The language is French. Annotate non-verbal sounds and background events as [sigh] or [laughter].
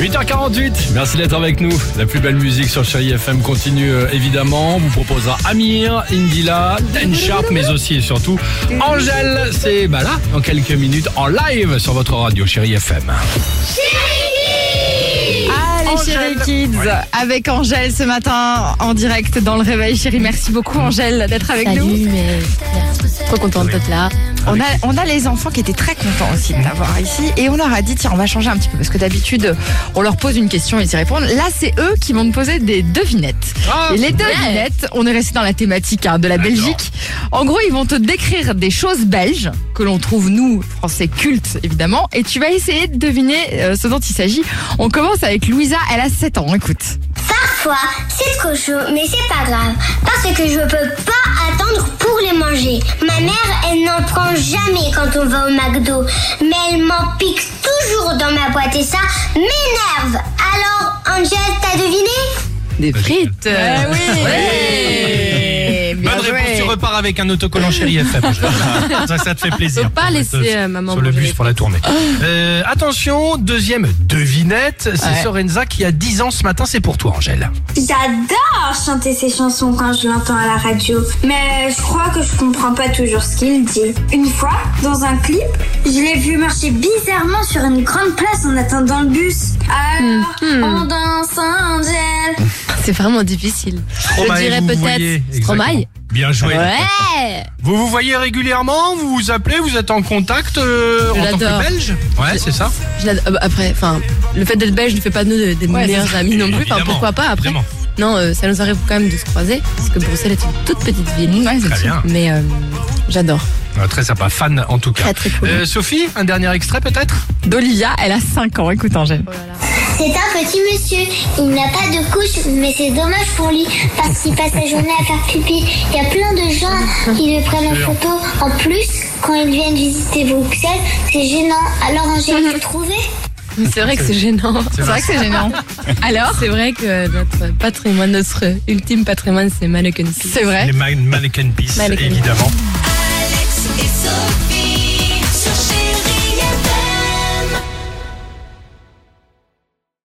8h48, merci d'être avec nous. La plus belle musique sur Chérie FM continue euh, évidemment. On vous proposera Amir, Indila, Dan Sharp, mais aussi et surtout Angèle. C'est bah là, dans quelques minutes, en live sur votre radio Chérie FM. Ah, les Chéri Kids Avec Angèle ce matin en direct dans le réveil. Chérie, merci beaucoup Angèle d'être avec Salut, nous. mais trop contente d'être là. On a, on a les enfants qui étaient très contents aussi de t'avoir ici et on leur a dit tiens on va changer un petit peu parce que d'habitude on leur pose une question et ils y répondent. Là c'est eux qui vont nous poser des devinettes. Ah, et les devinettes, on est resté dans la thématique hein, de la Belgique. En gros ils vont te décrire des choses belges que l'on trouve nous français cultes évidemment et tu vas essayer de deviner euh, ce dont il s'agit. On commence avec Louisa, elle a 7 ans, écoute. Parfois, c'est trop chaud, mais c'est pas grave, parce que je peux pas attendre pour les manger. Ma mère, elle n'en prend jamais quand on va au McDo, mais elle m'en pique toujours dans ma boîte et ça m'énerve. Alors, Angèle, t'as deviné Des frites Eh oui Eh, Ouais. Bien Bonne réponse, joué. tu repars avec un autocollant Chérie FM. [laughs] ça, ça te fait plaisir. Faut pas laisser, Euh, euh, maman Sur le manger bus les pour la tournée. Euh, attention, deuxième devinette, c'est Ouais. Sorenza qui a 10 ans ce matin, c'est pour toi Angèle. J'adore chanter ces chansons quand je l'entends à la radio, mais je crois que je comprends pas toujours ce qu'il dit. Une fois, dans un clip, je l'ai vu marcher bizarrement sur une grande place en attendant le bus. Alors, on danse, Angèle. [laughs] C'est vraiment difficile. Stromae, Je dirais vous vous voyez, peut-être exactement. Stromae. Bien joué. Ouais. Vous vous voyez régulièrement, vous vous appelez, vous êtes en contact euh, Je en tant l'adore. que belge Ouais, c'est ça. Je l'ad- euh, après, enfin, le fait d'être belge ne fait pas de nous des Ouais, meilleurs amis non plus. Enfin, Évidemment, pourquoi pas après évidemment. Non, euh, ça nous arrive quand même de se croiser parce que Bruxelles est une toute petite ville. Ouais, c'est Très sûr. bien. Mais euh, j'adore. Ah, très sympa, fan en tout cas. Très, très cool. Euh, Sophie, un dernier extrait peut-être D'Olivia, elle a 5 ans, écoute Angèle. C'est un petit monsieur. Il n'a pas de couche, mais c'est dommage pour lui parce qu'il passe sa journée à faire pipi. Il y a plein de gens qui le prennent en photo. En plus, quand ils viennent visiter Bruxelles, c'est gênant. Alors, Angèle, vous trouvez Mais c'est vrai que c'est gênant. C'est vrai que c'est gênant. Alors C'est vrai que notre patrimoine, notre ultime patrimoine, c'est Mannequin Pie. C'est vrai. Les Man- Mannequin Peace, Mannequin. évidemment. Alex et Sophie.